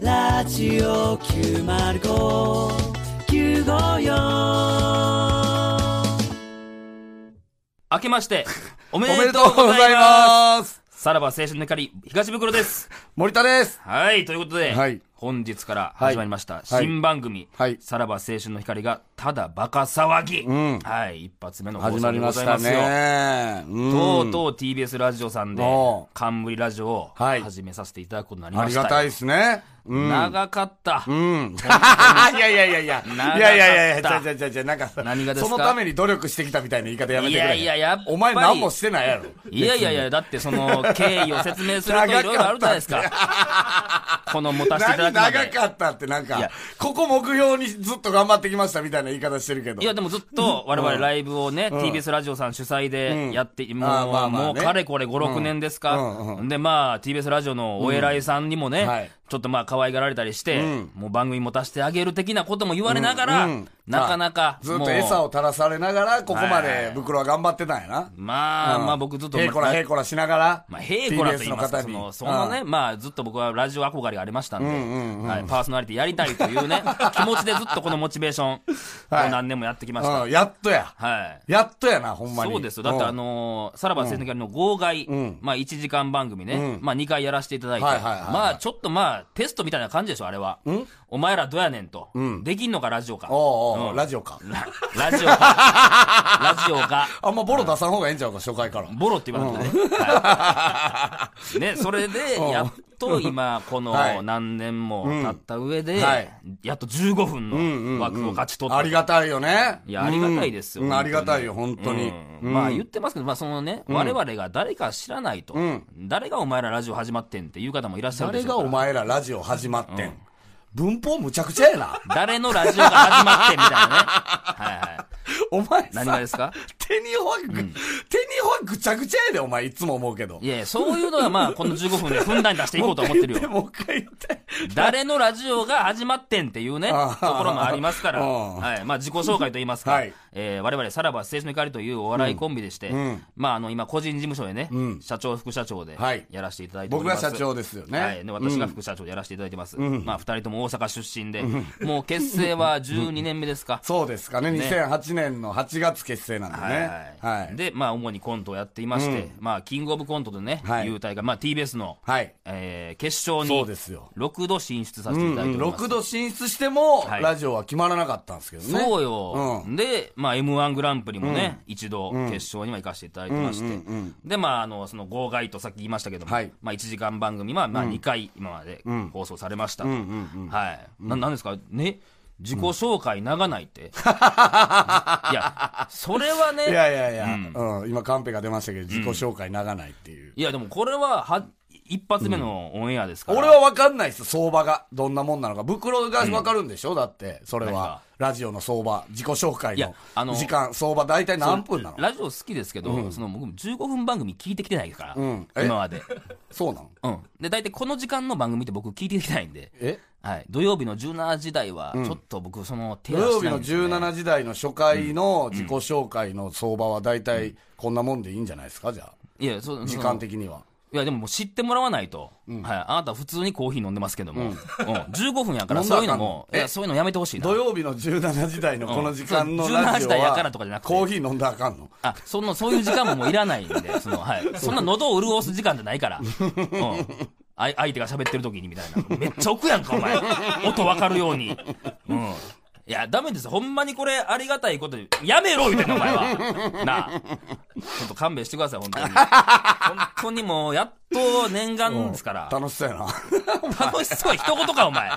ラジオ905 954明け まして、おめおめででととううごござざいいます。ますさらば青春の怒り、東 袋です。森田ですはい、ということで、はい本日から始まりました、はい新番組、はいさらば青春の光が、ただバカ騒ぎ。んはい、一発目の放始送までりごまざしいたますよ。ねうんとうとう TBS ラジオさんでおう、冠ラジオをはい始めさせていただくことになりあまりしたよ。がたいですねうん長かった。うん。いやいやいやいや。い長かったやいやいや、じゃじゃじゃじゃ、なんかさ何がですかそのために努力してきたみたいな言い方やめてくれ。いやいややっぱりお前何もしてないやろ。いやいやいや、だってその経緯を説明するといろいろあるじゃないで すか。この持たせていただ何くまで長かったってなんいかや、ここ目標にずっと頑張ってきましたみたいな言い方してるけど。いや、でもずっと我々ライブをね、TBS ラジオさん主催でやって、もう、あーまあまあねもうかれこれ5、6年ですか。うんうんうんで、まあ、TBS ラジオのお偉いさんにもね、うんはいちょっとまあ、可愛がられたりして、もう番組持たせてあげる的なことも言われながら、うんうんなかなか、ずっもとう餌を垂らされながら、ここまで袋は頑張ってたんやな。まあ、うんまあ僕ずっと、へいこらへいこらしながら。まあ、平子らと言いますか、 TBS その方の、にそのね、うんまあ、ずっと僕はラジオ憧れがありましたんで、んはい、パーソナリティやりたいとい うね、気持ちでずっとこのモチベーション、はいこう何年もやってきました。うんやっとや。はい。やっとやな、ほんまに。そうですよ。だって、あのーさらば青春の光の号外、まあ、1時間番組ね、まあ、2回やらせていただいて、はいはいはいはいまあ、ちょっとまあ、テストみたいな感じでしょ、あれは。お前らどうやねんと。できんのか、ラジオか。うん。おうおううんラジオか。ラジオか。ラジオか。あんまボロ出さん方がええんちゃうか、初回から。ボロって言わなくてね。はいね、そ れで、やっと今、こはいの何年も経った上で、はいやっと15分の枠を勝ち取った。ありがたいよね。いや、ありがたいですよ。うんうんあ本当りにがたいよ、本当に。うんまあ言ってますけど、まあそのね、我々が誰か知らないと、誰がお前らラジオ始まってんっていう方もいらっしゃるで誰しがょうかおら前らラジオ始まってん。文法むちゃくちゃやな。誰のラジオが始まってんみたいな ね。はいはい。お前何がでさ、すか手にホイぐ、手にホイぐちゃぐちゃやで、お前、いつも思うけどい。やいや、そういうのはまあこの15分でふんだんに出していこうと思って るよ。もう一回言って。誰のラジオが始まってんっていうね、とあーころもありますから、うんはい。まあ自己紹介といいますか、はいえー我々さらば青春の怒りというお笑いコンビでして、まああの今個人事務所でね、社長、副社長ではいやらせていただいており僕まがす。社長ですよね。はい、で私が副社長でやらせていただいてます、まあ、2人とも大阪出身で、もう結成は12年目ですか、そうですかね。2008年の8月結成なんではいね。はいはい。で、まあ、主にコントをやっていまして、まあ、キングオブコントでね、はい優待が、まあ、TBS の、はい。えー決勝そうにですよ。 6度進出させていただいております、 6度進出しても、はいラジオは決まらなかったんですけどね。そうよ、うで、まあ、m 1グランプリもね、一度決勝には行かせていただいてまして、で、まあ、あのその号外とさっき言いましたけども、はいまあ、1時間番組は、まあ、2回今まで放送されましたと、はい、ななんですか、ね、自己紹介長ないって、いや、それはね、いいややいやいや、うん今カンペが出ましたけど、自己紹介長ないっていう。でもこれはは一発目のオンエアですから、俺は分かんないです、相場が。どんなもんなのか。袋が分かるんでしょ、だって、それ何はが。ラジオの相場、自己紹介いやのあの時間、相場大体何分なのラジオ好きですけど、その僕も15分番組聞いてきてないから、んえ今まで。そうなのうん。で、大体この時間の番組って僕聞いてきてないんで。えはい。土曜日の17時台は、ちょっと僕、その、手土出曜日してないんのですよね、 17時台の初回の自己紹介の相場は大体こんなもんでいいんじゃないですか、じゃあ。いや、そその時間的には。いや、でももう知ってもらわないと。はい。あなた普通にコーヒー飲んでますけども。うん。15分やから、飲んだそうらいあかうのんのも、いや、えそういうのやめてほしいな土。曜日の17時台のこの時間のラうん17ジ時オ台やはからとかじゃなくてコーヒー飲んだらあかんのあ、その、そういう時間ももういらないんで、その、はい。そんな喉を潤す時間じゃないから。うん。あい相手が喋ってる時にみたいな。めっちゃ奥やんか、お前。音わかるように。うん。いや、ダメです。ほんまにこれ、ありがたいことに、やめろ言うてんの、お前は。なあ。ちょっと勘弁してください、本当に。本当にもう、やっと念願ですから。楽しそうやな。楽しそう、一言か、お前。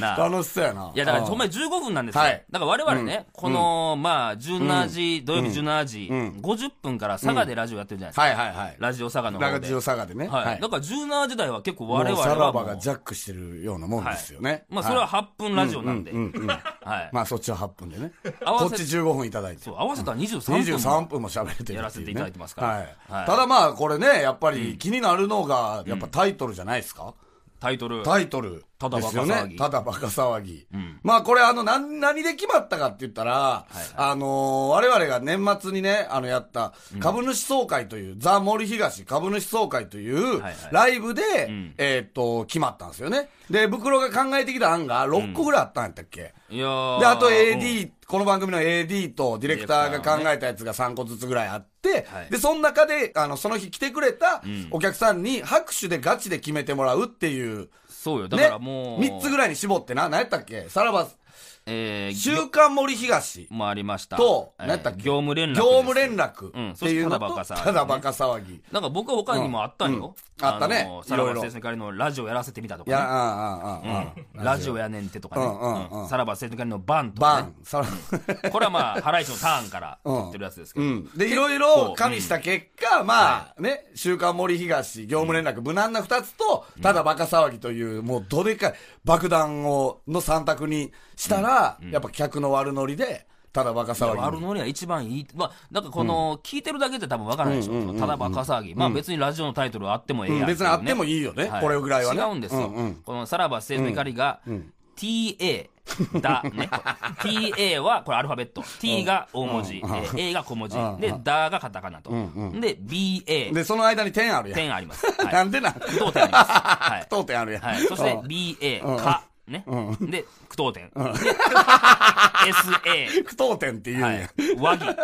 なあ。楽しそうやな。いや、だから、うんほんまに15分なんですよ。はいだから、我々ね、この、まあ、17時、土曜日17時、50分から佐賀でラジオやってるじゃないですか。はいはいはい。ラジオ佐賀の方で。ラジオ佐賀でね。はい。だから、17時台は結構我もう々はもさう。らばがジャックしてるようなもんですよね。まあ、それはい8分ラジオなんで。はい。まあそっちは8分でね。合わせこっち15分いただいてそ。う、合わせたら23分23も。分も喋れてるってうねやらせていただいてますからはいはいただまあこれね、やっぱり気になるのが、やっぱタイトルじゃないですか。タイトル。タイトルただでバカすよ騒ねぎ。ただバカ騒ぎ。んまあこれあの、何、何で決まったかって言ったら、あのー我々が年末にね、あの、やった、株主総会という、ザ・森東株主総会というはいはい、ライブで、んえーっと、決まったんですよね。で、袋が考えてきた案が6個ぐらいあったんやったっけ、いやーで、あとうん AD、この番組の AD とディレクターが考えたやつが3個ずつぐらいあって、はいで、その中で、あの、その日来てくれたお客さんに拍手でガチで決めてもらうっていう、そうよ。だかね、らもう。 3つぐらいに絞ってな、何やったっけさらば、えー、週刊森東もありました。と、えー何やったっけ業務連絡。業務連。絡っていうのうんと、そしてたただだババカカ騒ぎ。なんか僕は他にもあったんよ。うんあったねのさらいばろいろ青春会のラジオやらせてみたといや、か、ああ、ああ、あね。あ。ラジオやねんってとかねうんうんうんうん。さらば青春会のバンとバかね。ン、さら、これはまあ、ハライチのターンから言ってるやつですけうど。ん。で、いろいろ加味した結果、まあ、ね、週刊森東、業務連絡、無難な二つと、ただバカ騒ぎという、もうどでかい爆弾を、の三択にしたら、やっぱ客の悪ノリで、ただバカ騒ぎに。悪ノリは一番いい。まあ、なんかこの、聞いてるだけで多分わからないでしょ。そのただバカ騒ぎ。まあ別にラジオのタイトルあってもええやん、うん別にあってもいいよねこれぐらいはね違うんですよ。うんうんこのさらば青の怒りが、TA だ ね。TA は、これアルファベット。T が大文字。えー A が小文字。で、だがカタカナと。で、BA。で、その間に点あるや ん。点あります。はいなんでなん句読点あります。はい。当点あるやん。はい。そしてうん、 BA、か、ね。で、句読点。で SA。不当点っていうんや。はい。和 議。はい。め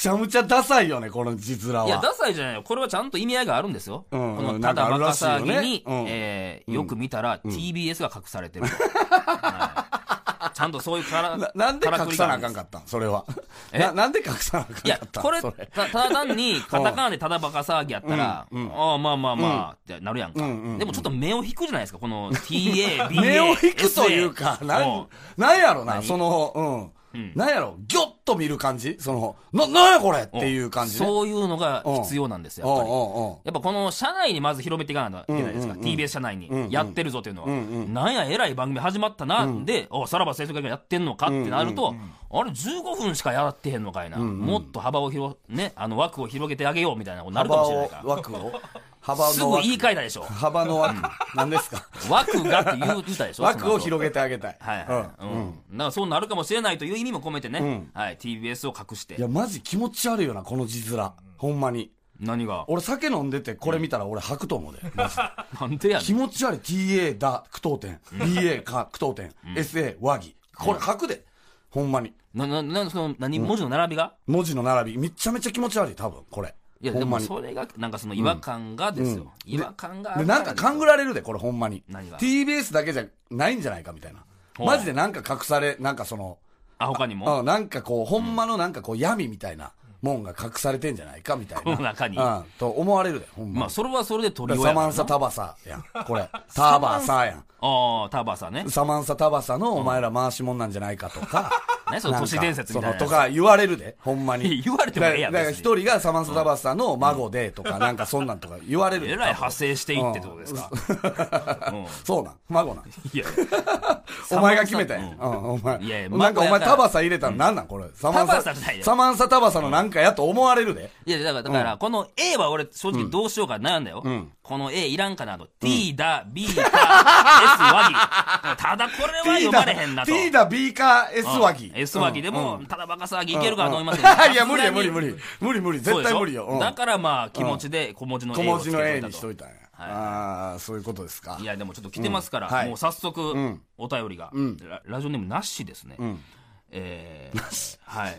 ちゃむちゃダサいよね、この字面は。いや、ダサいじゃないよ。これはちゃんと意味合いがあるんですよ。うんこうのんただバカ騒ぎなんかあるらしいよに、ねうんえーよく見たら TBS が隠 されてる。はいちゃんとそういうから、ななんでからく隠りさがなああかるんんでかすったんそれは。えななんで隠さなあかんかったんいや、これ、そたただ単に、カタカナでただバカ騒ぎやったら、ああ、まあまあまあ、ってなるやんか、うんうんうんでもちょっと目を引くじゃないですか、この TA、BA、目を引くというか、 SA なんそ、なんやろな、その、ううんん。なんやろ、ぎょっと見る感じその、な、なんやこれっうていう感じね。そういうのが必要なんですよ、うやんうっぱり。んうん。やっぱこの社内にまず広めていかないといけないですか、TBS 社内にやってるぞというのは、なんや、えらい番組始まったな、で、おさらば青春会がやってんのかってなると、あれ、15分しかやってへんのかいな、もっと幅を広、ね、あの枠を広げてあげようみたいなことになるか幅もしれないをか、ら、枠を。幅すのぐ枠言い換えたでし ょ、幅の枠。何ですか枠がって言う言うたでしょ、枠をその後広げてあげたい。はいはい、うんだからそうなるかもしれないという意味も込めてね、はい、TBS を隠してい、や、マジ気持ち悪いよな、この字面。ほんまに。何が、俺酒飲んでてこれ見たら俺吐くと思うで。なんでやね気ん、持ち悪い TA だ句読点 BA か句読点 SA 和議これ書くでほんまになななその何文字の並びが、文字の並びめちゃめちゃ気持ち悪い多分これいや、ほでんもまにそれが、なんかその違和感がですよ。違和感があでるなんか勘ぐられるでこれほんまに何が TBS だけじゃないんじゃないかみたいなほうマジでなんか隠されなんかそのあ、他にもうんなんかこうほんまのなんかこう闇みたいなもんが隠されてんじゃないかみたいなこの中にうんと思われるでほんままあ、それはそれで取にりサ親マあンサタバサやんこれタバサやんあー、タバサね。サマンサタバサのお前ら回しもんなんじゃないかとか。ね その都市伝説みたいなやつそのとか言われるで、ほんまに。 言われてもええやんだからだ別かにら一人がサマンサタバサの孫でと か、なんかそんなんとか言われるえでらい派生していってってことですか。うんそうなん、孫なん。いや、お前が決めたやん。ううん、お前。いやいやなんかお孫や前からタバサ入れたらなんなんこれ。サマンタバサじゃないサ、よサマンサタバサのなんかやと思われるで。いや、だから、だからこの A は俺、正直どうしようか悩んだよ。この A いらんかなと。T だ、B だ、S 和 ぎ。ただこれは読まれへんなと。 T だ B か S 和う議ん。S 和ぎでも、ただバカ騒ぎいけるかなと思いますけどうん。いや、無理や無理無理。無理無理。そ絶うでし対ょ無理よ。うんだからまあ、気持ちで小文字の小 A を文つ字けのとい A たにしととい。たんや。はいああ、そういうことですかい。や、でもちょっと来てますから、うんはいもう早速、お便りが、ラ。ラジオネームなしですね。えー、 はい。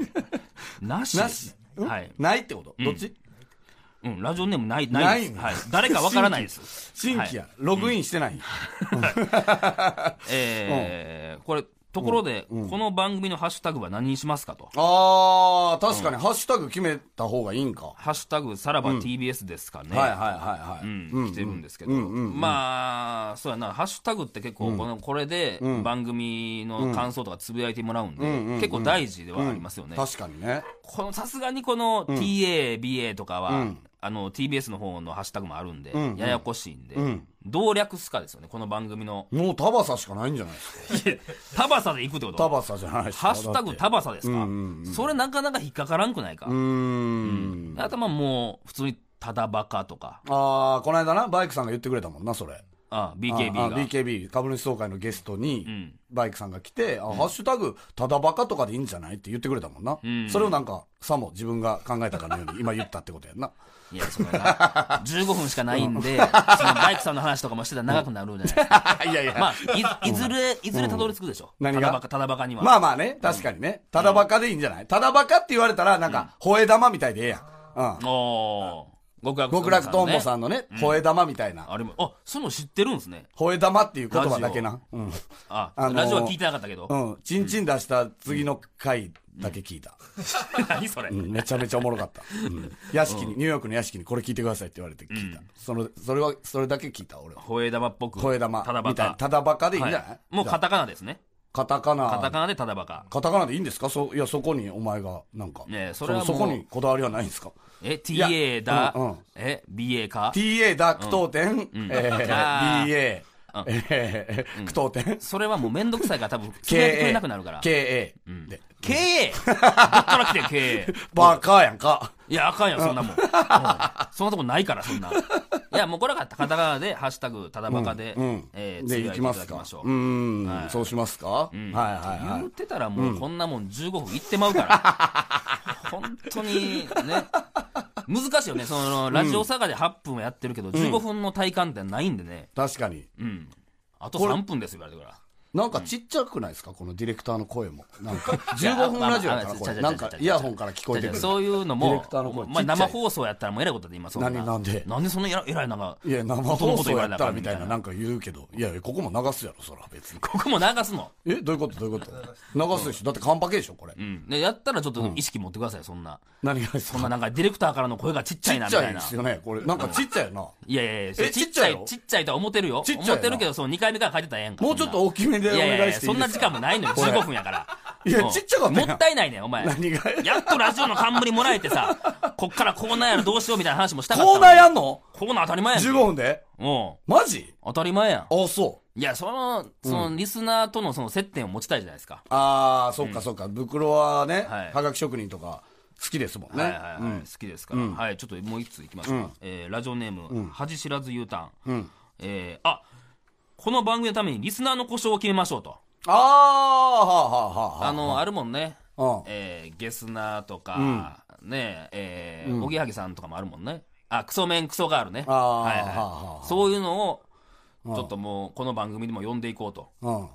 なし。なし。んはい。ないってことどっちうん、ラジオネームない、ないです。ないはい。誰かわからない です。新規やはい。ログインしてない。えー、これ、ところで、この番組のハッシュタグは何にしますかと。ああ、確かに、ハッシュタグ決めた方がいいんか。ハッシュタグ、さらば TBS ですかね。はいはいはいはい。うん、来てるんですけど、まあ、そうやな、ハッシュタグって結構、このこれで番組の感想とかつぶやいてもらうんで、結構大事ではありますよね。確かにね。このさすがにこの TA、BA とかは、あの TBS の方のハッシュタグもあるんで、ややこしいんで、どう略すかですよね、この番組 の。もうタバサしかないんじゃないですか。タバサで行くってことタバサじゃないですか。ハッシュタグだってタバサですか、それなかなか引っかからんくないか。うーん。あとまあもう、普通にただバカとか。ああ、この間な、バイクさんが言ってくれたもんな、それ。あああ BKB あが。 BKB 株主総会のゲストに、んバイクさんが来て、あハッシュタグ、ただバカとかでいいんじゃないって言ってくれたもんな、んそれをなんか、さも自分が考えたかのように、今言ったってことやんな、いや、そのな、15分しかないんで、そのバイクさんの話とかもしてたら長くなるじゃないですか。 いやいや、まあ、いいずれ、いずれたどり着くでしょ。何がただバカ、ただバカには。まあまあね、確かにね。ただバカでいいんじゃないただバカって言われたら、なんか、吠え玉みたいでええやん。うん。おー極楽極楽とんぼんね。さんのね、吠え玉みたいな。あれも、あ、そういうの知ってるんですね。吠え玉っていう言葉だけな。うん。あ、あのーラジオは聞いてなかったけど。うん。チンチン出した次の回だけ聞いた。 何それ。うんめちゃめちゃおもろかった。うん。屋敷に、ニューヨークの屋敷にこれ聞いてくださいって言われて聞いた。その、それは、それだけ聞いた、俺は。吠え玉っぽく。吠え玉。ただバみたいなカ。ただバカでいいんじゃはないいもうカタカナですね。カタカナ。カタカナでただバカ。カタカナでいいんですかそ、いや、そこにお前が、なんか。ねえそれはもうそのそこにこだわりはないんですかえ、や ta だうんうん、え、ba か。 TA だ、苦闘点、えーあー BA うん、えー苦闘点、それはもうめんどくさいから多分、つめてくれ KA なくなるから。 KA で、経営どっから来てん経営バカやんか。いや、あかんよ、そ んなもん。うんそんなとこないから、そんな。いや、もうこれはカタカナで、ハッシュタグ、ただバカでうん、えーつで、ぶやいきいていたまだすきかましょ。うう。ーん、そうしますかはいはいは言っい。てたらもうこんなもん15分いってまうから。 本当に、ね。難しいよね。その、ラジオ佐賀で8分はやってるけど、15分の体感ってないんでね。確かに。うん。あと3分ですよ、言われてから。なんかちっちゃくないですかこのディレクターの声も。なん か、15分ラジオやからこれ。なんかイヤホンから聞こえてくる。そういうのディレもクターの声、まあちっちゃ生い放送やったらもうえらいことで今そんな。何なんでなんでそんな偉い偉いなんか。いや、生元の放こと送言わやれったたららあかんみたいな、なんか言うけど。いやいや、ここも流すやろ、そら、別に。ここも流すの。え、どういうことどういうこと流すでしょだってカンパケでしょこれう。ん。でやったらちょっと意識持ってください、そんな。何がですそんなかなんかディレクターからの声がちっちちゃいな、っみちたゃいでいな。すよね。これ、なんかちっちゃいよな。いやいやいや、えちちっっちちゃゃいい、のちっちゃいとは思ってるよ。ちっちゃい思なってるけど、その2回目から書いてたらええやんか。もうちょっとそん大きめでなおい願いしていやいいやでいや、すかそんな時間もないのよ、これ15分やから。いやうんちっちゃかったもやんったいないねん、お前。何がやっとラジオの冠もらえてさ、こっからコーナーやらどうしようみたいな話もしたかったの コーナーやんのコーナー当たり前やん。 ?15 分でうん。マジ当たり前やん。あ、そう。いや、その、その、リスナーとのその接点を持ちたいじゃないですか。ああ、そっかそっか。袋はね、はいはがき職人とか好きですもんね。はいはいはい、好きですから、はい、ちょっともう一ついきましょうか、えーラジオネーム、恥知らず U ターン、えーあこの番組のためにリスナーの故障を決めましょうとああ、はあはあはあ。あのあるもんね、うんえーゲスナーとか、ねえーおぎやはぎさんとかもあるもんねあクソメンクソガールねあーはいはあは、はいそういうのをちょっともうこの番組でも呼んでいこうと、うんう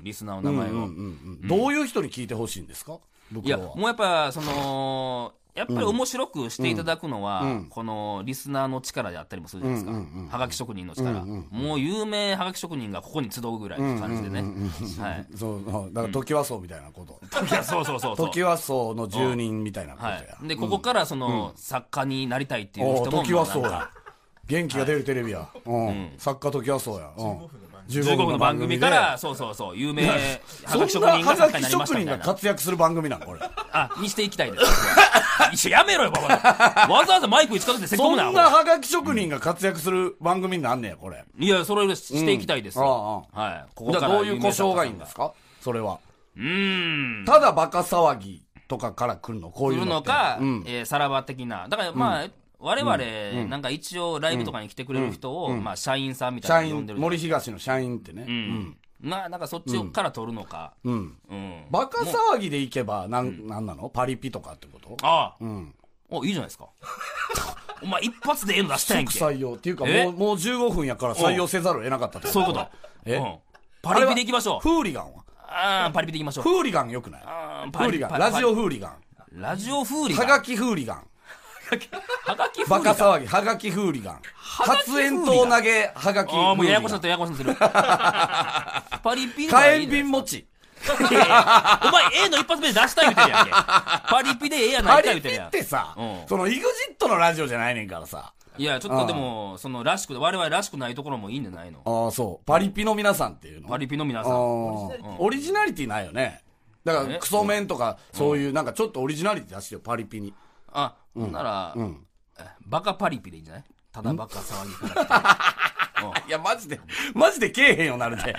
ん、リスナーの名前を、うんうんうんどういう人に聞いてほしいんですかいや、袋は。もうやっぱ、その、やっぱり面白くしていただくのは、このリスナーの力であったりもするじゃないですか。はがき職人の力、もう有名はがき職人がここに集うぐらいの感じでね。はい。そう、うんだから、時はそうみたいなこと。いや、そうそうそうそう。時はそうの住人みたいなことはや。い。で、ここからその、作家になりたいっていうお人も。時はそうまあなんやか。元気が出るテレビや。うん。作家時はそうや。うん15 15分の番組でから、そうそうそう、有名はそがきん職な人がはが作家きになりま職したみ人たがいな。活躍する番組なんこれ。あ、にしていきたいです。いややめろよ、バカわざわざマイク近づけてせっこそんむなな。お前はがき職人が活躍する番組になんねや、これ。いや、それしていきたいですよ。はい。ここじかゃあらどういう故障がいいんですかかそれは。うーん。ただバカ騒ぎとかから来るのこうすいうるののって。かうん、えーさらば的な。だから、まあ、我々、なんか一応ライブとかに来てくれる人を、まあ、社員さんみた社いに呼ん員で、る。森東の社員ってね。う。うんん。まあ、なんかそっちから取るのか。うん。うん。バカ騒ぎでいけば、なん、なんなのパリピとかってことああうん。お、いいじゃないですか。 お前、一発でええの出したやん即け。採用。っていうか、えもう、もう15分やから採用せざるを得なかったってそういうこと。えうんパリピでいきましょう。フーリガンはああ、パリピでいきましょう。フーリガンよくないあーフーリガン。ラジ。パオリフーリガン。パリラジオフーリガはン。がきフーリガン。はがきフーリガバンカ騒ぎ、はがきフーリガン。がきフー発リガン煙筒投げ、はがきフああ、もーうリガややこしなっン。てややこしなってる。 パリピ火でいい炎瓶餅。いやいやお前、A の一発目で出したい言うてるやんけ。パリピでええやなパいかリ言うピてるやんっ。てさう、んその EXIT のラジオじゃないねんからさ。いや、ちょっとでも、その、らしく、我々らしくないところもいいんじゃないのああ、そう。パリピの皆さんっていうのパリピの皆さあん。ーオリジナリティないよね。だかえら、クソメンとか、そういう、なんかちょっとオリジナリティ出してよ、パリピ に。あ、ほんなら、えバカパリピでいいんじゃないただバカ騒ぎから来いや、マジで、マジでけえへんよなるで。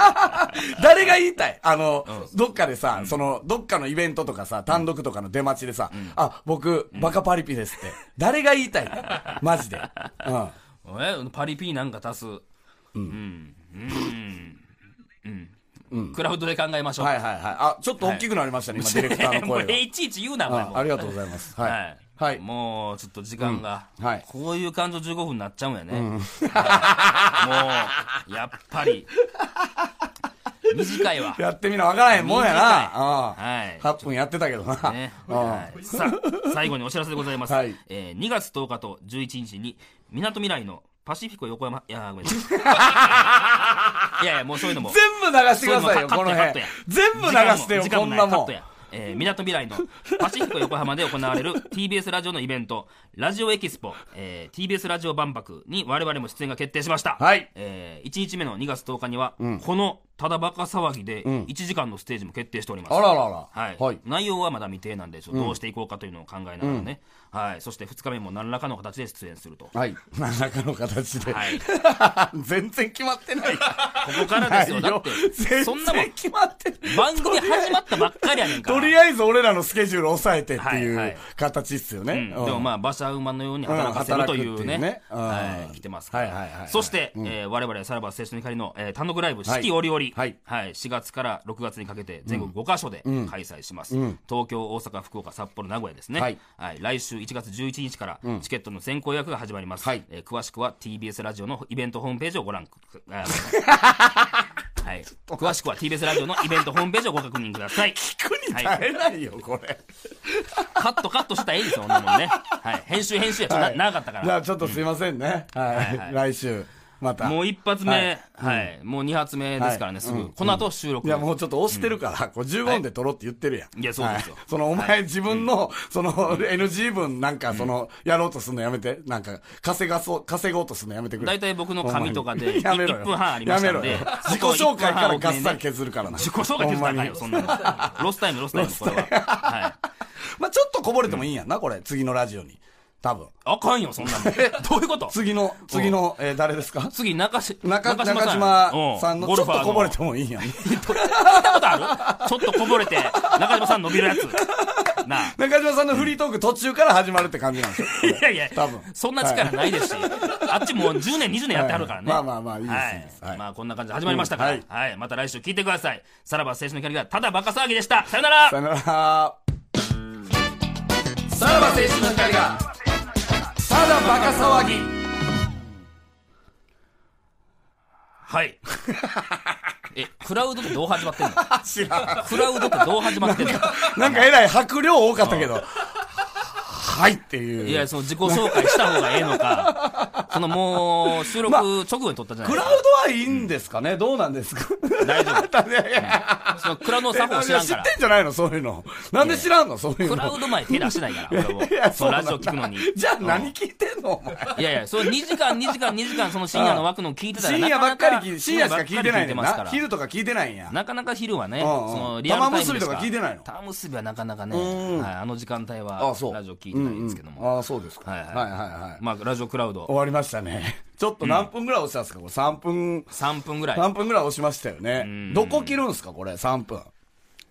誰が言いたいあの、どっかでさ、その、どっかのイベントとかさ、単独とかの出待ちでさ、あ、僕、バカパリピですって。誰が言いたいマジで。うん。た。え、パリピなんか足す。クラウドで考えましょう。はいはいはい。あ、ちょっと大きくなりましたね、今、ディレクターの もう声ええいちいち言うな、お前が。もあありがとうございます。ははいい。はい。もうちょっと時間が、うんはいこういう感じの15分になっちゃうんやね、はいもうやっぱり短 いわやってみな、わからへんもんやな。短あいはいあ8分やってたけどな。ね うんはい、さあ最後にお知らせでございま す、はいえー2月10日と11日にみなとみらいのパシフィコ横浜いやーごめんなさ いいやいやもうそういうのも全部流してくださいよ、そうこいのうカット辺や。全部流してよ、時間こもん時な間もいカもッんト。やえー、港未来のパシフィコ横浜で行われる TBS ラジオのイベント、ラジオエキスポ、えー TBS ラジオ万博に我々も出演が決定しました。はいえー1日目の2月10日には、このただバカ騒ぎで1時間のステージも決定しております。あららら。はい、はい。内容はまだ未定なんで、ちょっとどうしていこうかというのを考えながらね、はい、そして2日目も何らかの形で出演すると、はい。 何らかの形で。はい 全然決まってない。こここから ですよ、だっ全て、そんなもん然、決まってない。番組始まったばっかりやね んから、とりあえず俺らのスケジュール抑えてっていはいはいう形っすよね。うんでもまあ馬車馬のように働かせうんる働とくいうってねいうねうんはい、来てますから、はいはいはいはいそして、えー我々さらば青春の光の、えー単独ライブ「四季折々」はいはい4月から6月にかけて全国5カ所で開催します、東京大阪福岡札幌名古屋ですね、ははいい来週1月11日からチケットの先行予約が始まります、はいえー詳しくは TBS ラジオのイベントホームページをご覧くあ ーはい、詳しくは TBS ラジオのイベントホームページをご確認くださいうん国耐えないよ、これ。カットカットしたらいいですよ、そんなもんね。はい。編集編集やちょっとなはい長かったかじゃら。あちょっとすいませんね。はいははいい。来週、また。もう一発は目い、はい。もう二発目ですからね、すぐ。この後収録。いや、もうちょっと押してるから、こう15音で撮ろうって言ってるやん。いやそうですよはいその、お前自分の、その、NG 分なんか、その、やろうとするのやめて。なんか、稼がそう、稼ごうとするのやめてくれ。大体僕の紙とかでやめろよ1分半ありましたんでやめろよそ自己こを紹介から1分半ガ遅れッねサリ削るからな。自己紹介ってほんま高いによ、そんなの。ロスタイム、ロスタイム、これは。はい。まあちょっとこぼれてもいいんやんな、これ。次のラジオに。多分。あかんよ、そんなの。どういうこと次の、次の、えー誰ですか次、中し中中ん島さんのうちょっとこぼれゴルファーのてもいいんやん。聞いたことあるちょっとこぼれて、中島さん伸びるやつ。なあ。中島さんのフリートーク途中から始まるって感じなんですよ。 いやいや多分、そんな力ないですし、あっちもう10年、20年やってはるからね。はいまあまあまあいいですはいいですはいまあこんな感じで始まりましたから、うんはい、また来週聞いてください。さらば青春の光がただバカ騒ぎでした。さよならさよなら。さらば青春の光が、ただバカ騒ぎ。はい。え、クラウドってどう始まってんの知らん。クラウドってどう始まってんのなんかえらい迫量多かったけど、はいっていう。いや、その自己紹介した方がええのか、そのもう収録直後に撮ったじゃないクでラすウか。ドはいいんですかね、どうなんですか大丈いやいや夫。そのクラウドの作法い知らやん知かっら。てんじゃないのそういうの。なんで知らんのそういう の。クラウド前手出してないから、い俺やも。そそうのなんラジだオ聞くのに。じゃあうん何聞いてんのお前。いやいや、それ2時間、2時間、2時間、その深夜の枠の聞いてたら深夜ばっかり聞い、深夜しか聞いてないねんますかな。ら。昼とか聞いてないんや。なかなか昼はね、うそんうんのリアルタイムでし玉結びとか聞いてないの玉結びはなかなかね、うんはいあの時間帯あはあ、そう。ラジオ聞いてないんですけどううも。ああ、そうですか。ははいいははいいはい。まあ、ラジオクラウド終、わりましたね。ちょっと何分ぐらい押したんですかこれ3分、 3分ぐらい。 3分ぐらい押しましたよねん。どこ切るんですかこれ3分。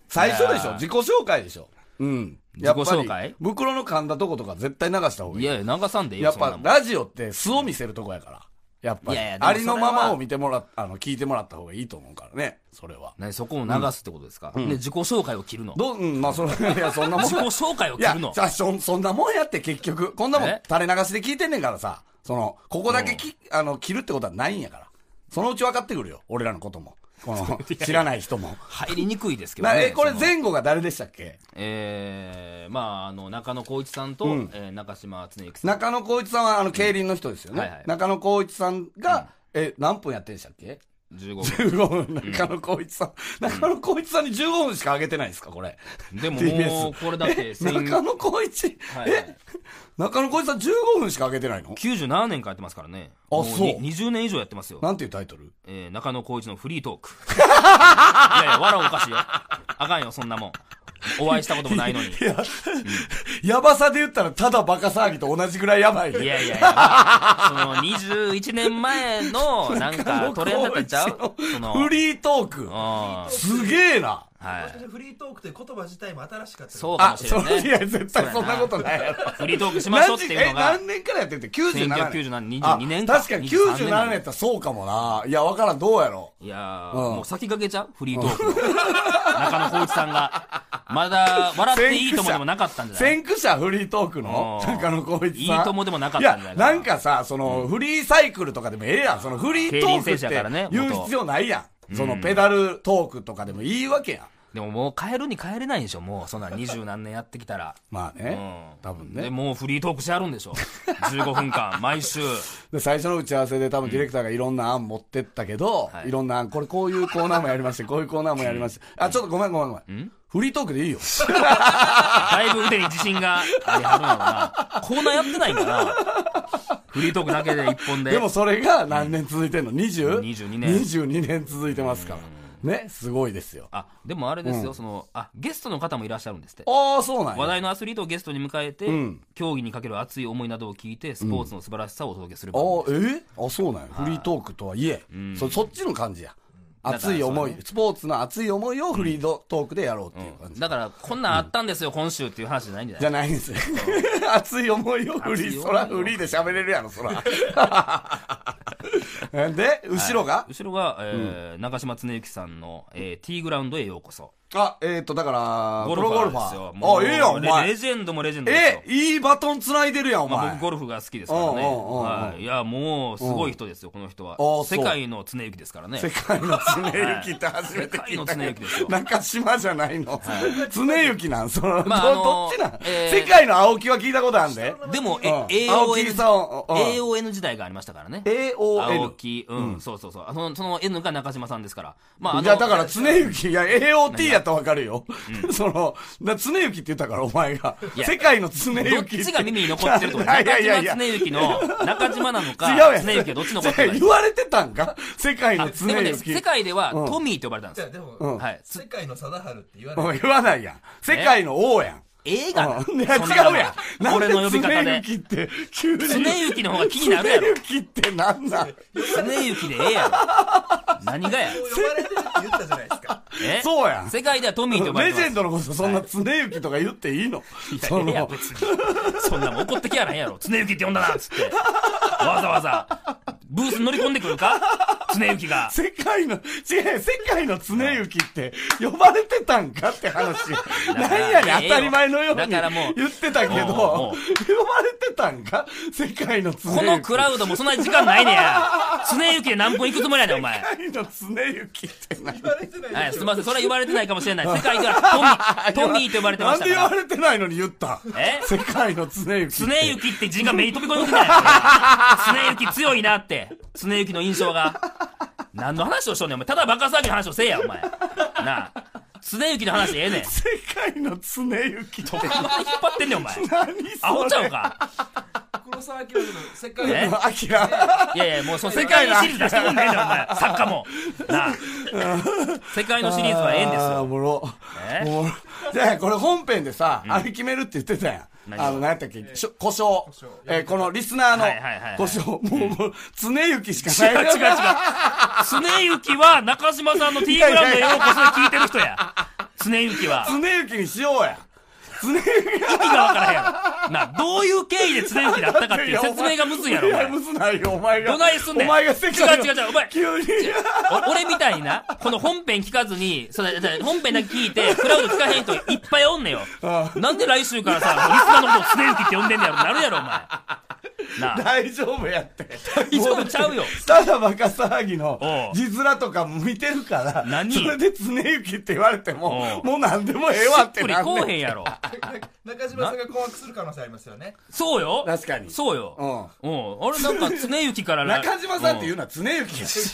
最初でしいやーょ自己紹介でしょうん。やっぱり自己紹介袋の噛んだとことか絶対流した方がいいい。やいや、流さんでいいやよ、っそんなぱもん。ラジオって素を見せるとこやから。やっぱり。いやいやでもありのまそれまはを見てもら、あの、聞いてもらった方がいいと思うからね。それは。ねそこを流すってことですか。で、自己紹介を切るの。どう、うん、まあ、それ、いや、そんなもん 自己紹介をい切やるのじ。ゃあそんそんなもんやって結局こんなもんえ垂れ流しで聞いてんねんからさそのここだけき、あの切るってことはないんやからそのうち分かってくるよ俺らのことも この知らない人も入りにくいですけどなえね。これその前後が誰でしたっけえーまあ、あの、中野光一さんと、えー中島恒之さん。中野浩一さんはあの競輪の人ですよね、はいはい中野浩一さんが、え何分やってんでしたっけ15分。 15分中野浩一さん、中野浩一さんに15分しか上げてないですかこれでも TBS もうこれだってえ1000 中野浩一、はいはいえ中野浩一さん15分しか上げてないの97年からやってますからね。あもにそう20年以上やってますよ。なんていうタイトルえー中野浩一のフリートーク。 いやいや、笑うおかしいよ。あかんよ、そんなもん。お会いしたこと もないのに。いいや、やばさで言ったらただバカ騒ぎと同じぐらいやばいやいね。やいや、まあ、その21年前 のなんかトレンドだったんちゃうその、フリートーク。うんすげえな。はいもしかしてフリートークという言葉自体も新しかったりそうかあ、もしれそなのいいねや、絶対そんなことないやろ。フリートークしましょうっていうのが何時え何年からやってて ?97 年。 1997年あ22年か確かに97年やったらそうかもな。いや、わからん、どうやろいやー、うんもう先駆けちゃうフリートークの中野浩一さんがまだ「笑っていいとも」でもなかったんう。じゃない先駆者フリートークのうん中野浩一いさん。いともでもなかっいたんじやゃ、なないんかさ、その、フリーサイクルとかでもええやん。その、フリートーク競輪選手やからっねて言う元必要ないやん。その、ペダルトークとかでもいいわけやん。でももう変えるに変えれないでしょもうそんな二十何年やってきたらまあうねん。多分でね。もうフリートークしてあるんでしょ15分間 毎週で、最初の打ち合わせで多分ディレクターがいろんな案持ってったけどは、いいろんな案、これこういうコーナーもやりまして、こういうコーナーもやりまして。あ、ちょっとごめんごめんごめん。フリートークでいいよ。だいぶ腕に自信がありはるんやろなコーナーやってないんかなフリートークだけで一本ででもそれが何年続いてんの ?20? 22年22年続いてますから。ね、すごいですよ。あでもあれですよ、そのあゲストの方もいらっしゃるんですってああ、そうなんや。話題のアスリートをゲストに迎えて、ん競技にかける熱い思いなどを聞いてスポーツの素晴らしさをお届けするあ番組あ、えあ、そうなんや。フリートークとはいえ、そそっちの感じや。熱い思い、だからそスうポーツの熱い思いをフリートークでやろうっていう感じ。だからこんなんあったんですよ、今週っていう話じゃないんじゃじなゃいないんですよ。熱い思いをフリ熱ー、い思いをそらフリーで喋れるやろ、そ ら。で、後ろが、後ろが、えー中島恒之さんの、えー、T グラウンドへようこそあ、えっ、と、だから、ゴプルフロゴルァーフでァすよー。あ、ええやん、おレレ前。ジェンドもレジェンドですよえ、いいバトン繋いでるやん、おまあ、前僕。ゴルフが好きですからおね、うおうおうおうはい、いやもうすごい人ですよ、この人はおうそう世界の恒之ですからね世界の常雪って初めて聞い世界たけの常雪ですよど、中島じゃないの。常雪なんその、まあどあのどっちなんえー世界の青木は聞いたことあんで。でも、うえん青木 AON さんうん AON 時代がありましたからね AON 青木うん、そうそうそうあそのその N が中島さんですからまああのじゃあだから常雪、いや、AOT やったらわかるよ。 その、だ常雪って言ったから、お前が。いや世界の常雪どってちが耳に残ってると思いう。やいやいやい中や島。恒之の、中島なの違か、うやん。恒之がどっち残ってる違うの言われてたんか世界のか。常でもね、雪世。界ではうんトミーって呼ばれたんですじゃあよ。でも、うんはい。世界の貞治って言わおない前言わないやん。世界の王やん。映画うんいや、違うやん。なん俺での呼び方常で。雪って、急に。常之の方が気になるや常ろ。雪ってなんなん常之でええやろ。何がや。呼ばれてるって言ったじゃないで すかえそうやん世界ではトミーって呼ばれレてまジす。ェンドのことそんな常雪とか言っていいのそいやいやの、別にそんなもん怒ってきやらへんやろ常之って呼んだなっつってわざわざブースに乗り込んでくるか常之が世界の、違う、世界の常雪って呼ばれてたんかって 話。らなんやねん、ええ当よたり前のようにだからもう言ってたけど、もう呼ばもれてたんか世界の常雪。このクラウドもそんなに時間ないねや常之で何分いくつもりやねんお前世界の常雪って何言われてないはい、ですみしょません。それは言われてないかもしれない。世界ではトミー、トミーと呼ばれてなましんたでか言わら。れてないのに言ったえ世界の常雪。常雪って字が目に飛び込んでくるんじゃない常雪強いなって。常雪の印象が。何の話をしとんねん、お前。ただバカ騒ぎの話をせえや、お前。なあ。常雪の話ええねん。ど世界の常雪ってこまで引っ張ってんねん、お前。何アホちそゃれうか。黒沢明の世界えのアキラ。いやいや、もうその世界のシリーズ出してくんねえねん、お前。作家も。なあ。世界のシリーズはええん ですあーおよ。もろ。えおもろじゃあ、これ本編でさ、あれ決めるって言ってたやん。何をあの、何やったっけ、しょ故障障。えーこのリスナーのはいはいはいはい故障。もう、もう、常雪し違かう違なうい。違う。常雪は中島さんの T グランドへようこそ聞いてる人や。常雪は。常雪にしようや。常雪意味がわからへんやろ。な、どういう経緯で常雪だったかっていう説明がむずいやろ、おいや、前。むずないよ、お前が。どないすんねんお前が世界の違う違う違うお前急に。お俺みたいにな、この本編聞かずに、それ、だ本編だけ聞いて、クラウド聞かへん人いっぱいおんねよ。なんで来週からさ、もうリスナーのことを常雪って呼んでんねやろ、なるやろ、お前。なあ、 大丈夫やって。以上ちゃうよ。 ただバカ騒ぎのおう字面とか見てるから、何それで常雪って言われてもお、うもう何でもええわってこれなんねこうへんやろ。中島さんが困惑する可能性ありますよねそうよ。確かにそうよ。うん。俺なんか常雪から な中島さんって言うのは常雪や し。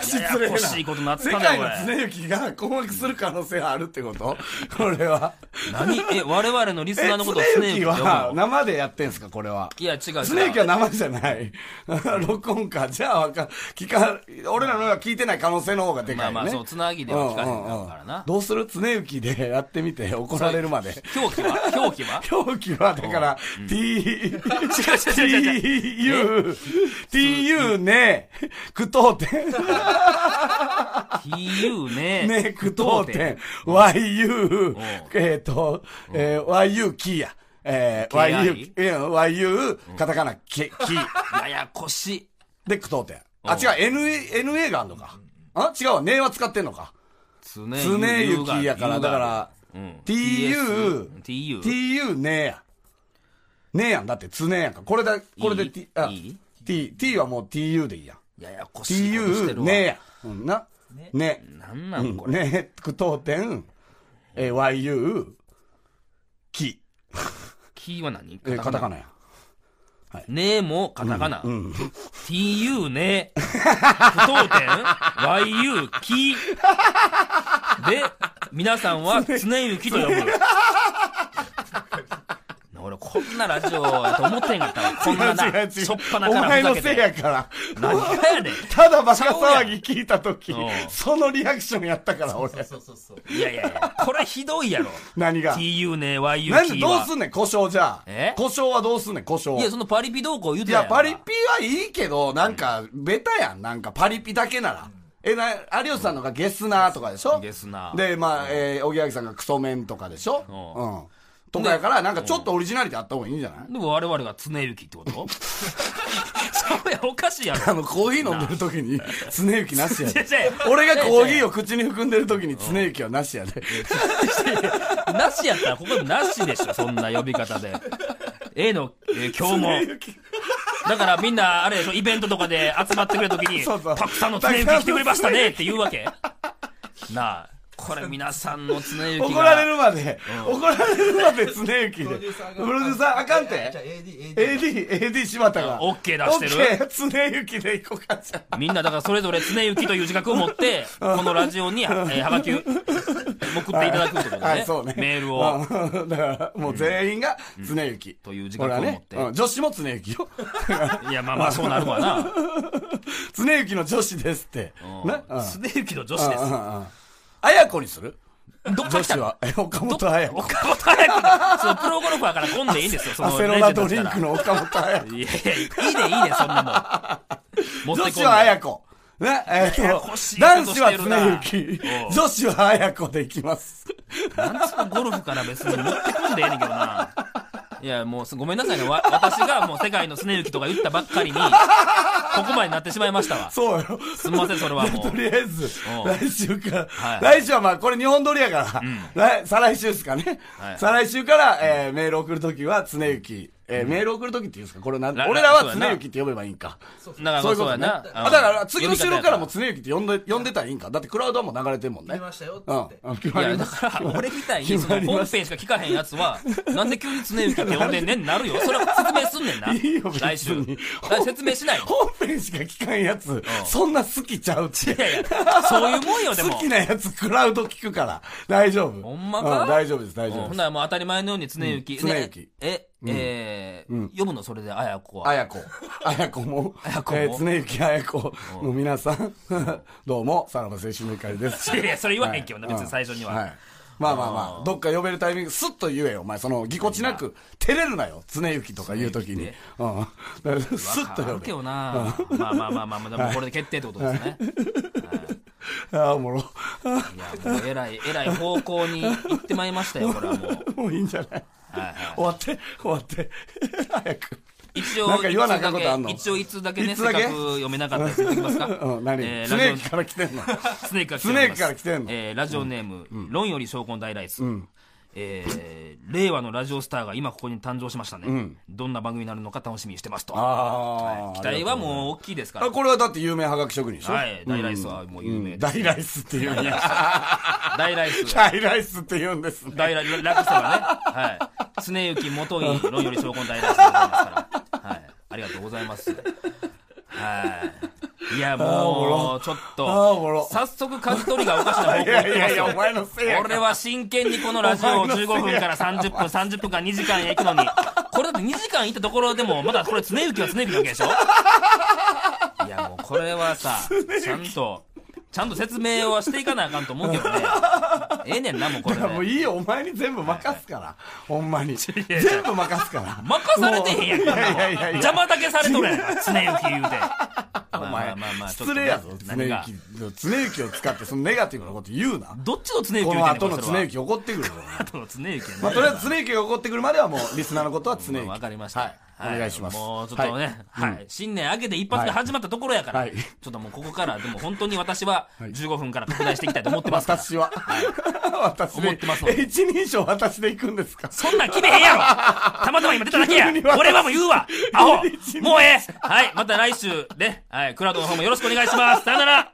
失や礼やこな。しい世ことになったね界おのい常雪が困惑する可能性はあるってことこれは。何え、我々のリスえナーのことを常常雪って雪呼ぶはの生でやってんすかこれは。いや、違う違う。常雪は生じゃない。 録音か。じゃあわか、聞か、俺らのは聞いてない可能性の方がでかいまあね。まあ、そのつなぎでは聞かへんかったからうんうんうんな。どうする常雪でやってみて、怒られるまで。表記は表記は表記は、だから、t, 違う違う違う違う tu, tu ね、句読点。 TU ね。ね、句読点、YU ん、えっと、えー YU キーや。えー、 KI YU、うん YU、カタカナ、キ、キー。ややこしい。で、句読点。うあ、ん違う、NA、NA があんのか。あ違うわ、ねは使ってんのか。常常雪やから、だから、、TU TU、 TU ねえや。ねえやん。だって、つねえやんか。これだ、これで T、あいい、 T、T はもう TU でいいやん。ややこしいことしてる TU わ。ねえや。うんな。ね。なんなうんんこれ。ねえ、句読点、えー YU、き。キーは何えーカタカナや。ねえもカタカナ。tu ねえ。不当点 ?yu き。で、皆さんは常雪と呼 ぶ。俺、こんなラジオやと思ってんかったわこんな な、違う違う違うしょっぱなおから前のふざせけいやて。から。何がやねただバカ騒ぎ聞いたときそうやんうん、そのリアクションやったから、俺。そうそうそう そう。ん。いやいやいや、これひどいやろ。何が。 tu ねえ yu きなは。んでどうすんねん、故障じゃあえ。故障はどうすんねん、故障。いや、そのパリピ動向言ういてたや、んパリピはいいけど、なんか、ベタやん。なんか、パリピだけなら。え、な、有吉さんのがゲスナーとかでしょゲスナーで、まあ、えー、おぎやはぎさんがクソメンとかでしょううん。とかやから、なんかちょっとオリジナリティあった方がいいんじゃないでも我々が常雪ってこと それおかしいやろ。あの、コーヒー飲んでる時に、常雪な しやで。先生 俺がコーヒーを口に含んでる時に、常雪はなしやで。なしやったらここでなしでしょ、そんな呼び方で。A の、えー今日も。だからみんな、あれでしょ、イベントとかで集まってくれた時に、そうそうたくさんの常雪来てくれましたねって言うわけ。なあ、これ皆さんの常雪が。怒られるまで、怒られるまで常雪で。プロデューサーあかんじゃあて。 AD、AD。 AD、AD 柴田が。オッケー出してるオッケー常雪で行こうか、じゃあみんなだからそれぞれ常雪という自覚を持って、このラジオに、えー、はがきを送っていただくってことはねい、そうね。メールを。うん。だから、もう全員が、常雪。という自俺覚はを持ねっ、て。うん女子も常雪よ。 いや、まあまあ、そうなるわな。常雪の女子ですって。ね。うんすねゆきの女子でうんうす。んうんあやこにするどっか女来た子のは。え岡本あやこ。岡本早く、そのプロゴルファーから来んでいいんですよ、そアのセロレラジェドンリドンだかクら。の岡本あや こ。いやいや、いいね、いいね、そんな もん。女持ってこん子ではあやこ。ね、えっとややこしい、こと男し子てはるな常雪う。ん女子はあやこでいきます。なんでそのゴルフから別に持ってこんでええねんけどな。いや、もう、ごめんなさいね。わ私がもう世界のすねゆきとか言ったばっかりに、ここまでなってしまいましたわ。そうよ。すみません、それはもとう。りあえずうん、来週から、はい来週はまあ、これ日本撮りやから、来再来週ですかね。はい再来週から、えーメール送るときは、常雪。えーメール送るときって言うんですかこれなんら俺らそうはやな常雪って呼べばいいんか。だからまそういあうこそうとやね。な。あだから、次の収収録録からも常雪って呼んで、呼んでたらいいんか。だってクラウドはもう流れてるもんね。来ましたよってう言んって。うん。決いまや、りまだしから、俺みたいに、決そまのり本まし編しか聞かへんやつは、なんで急に常雪って呼んでんねんなるよ。それは説明すんねんな。いいよ別に来週。来週説明しないよ。本編しか聞かんやつ、そんな好きちゃうってい。やいや、そういうもんよ、で好もき。なやつクラウド聞くから。大丈夫。ほんまかう大丈夫です、大うん丈夫ほでんす。ならもう当たり前のように常雪。うん常雪ねえ、えー、読むのそれで、あやこあは。やこ。あやこも。 あやこもえー常雪あやこの皆さん、 どうも、さらば青春の怒りです。 いやいやそれ言わへんけどな別に最初にははいまあまあまあ、どっか呼べるタイミング、スッと言えよ、お前。その、ぎこちなく、照れるなよ、常雪とか言うときに。うん。だからスッとわか呼るけべ。どな。まあまあまあまあ、まあでもこれで決定ってことですね。ああ、おもろ。いや、もうえらい、えらい方向に行ってまいりましたよ、これはもう。はいもういいんじゃないはい終わって、終わって。 早く。一応、なんか言わなあかんことあんの一応いつだけね、いせつっだかけく読めなかったやつ言ってきます か。うん、何えー常ラジオ雪から来てんの。スネークから来てスネークから来てんのえーラジオネーム、論より証拠の大ライス。えー令和のラジオスターが今ここに誕生しましたね。どんな番組になるのか楽しみにしてますと。ああ。期待はもう大きいですかあ、ら。これはだって有名はがき職人でしょはい、大ライスはもう有名です。大ライスっていうんや。大ラ イス。大ライスって言うんですね。大ライス、ラクサがね。はい。常雪元井論より証拠の大ライスでございますから。はい。ありがとうございます。はい。いや、もう、ちょっあーおもとろ、早速、舵取りがおかしな方向に行っいてやますいやよいや、お前のせいや。俺は真剣にこのラジオを15分 から30分、30分から2時間へ行くのに、これだって2時間行ったところでも、まだこれ常雪は常雪なわけでしょいやもうこれはさ、ちゃんと、ちゃんと説明はしていかなあかんと思うけどね。ええねんな、もうこれ、もうね。いいよ、お前に全部任すから。 ほんまに。全部任すから。任されてへんやんか、いやいやいやいや邪魔だけされとるやんか、常雪言うて。まあおまあ前まあまあ、ちょ失っとね礼やぞ、常何が行。常行を使って、そのネガティブなこと 言うな。どっちの常行この後のそ常れは行怒ってくるぞ。後の常行やなまあ、とりあえず常行が怒ってくるまではもう、リスナーのことは常 まあ行。わかりました。はい。お願いします。もうちょっとね、はい。新年明けて一発で始まったところやから、はいはいちょっともうここから、でも本当に私 は15分から拡大していきたいと思ってますから。私は。 私で。思ってますわえ一人称私で行くんですかそんなん決めへんやろたまたま今出ただけや急に私俺はもう言うわアホもうええはい、また来週ね、はい、クラウドの方もよろしくお願いしますさよなら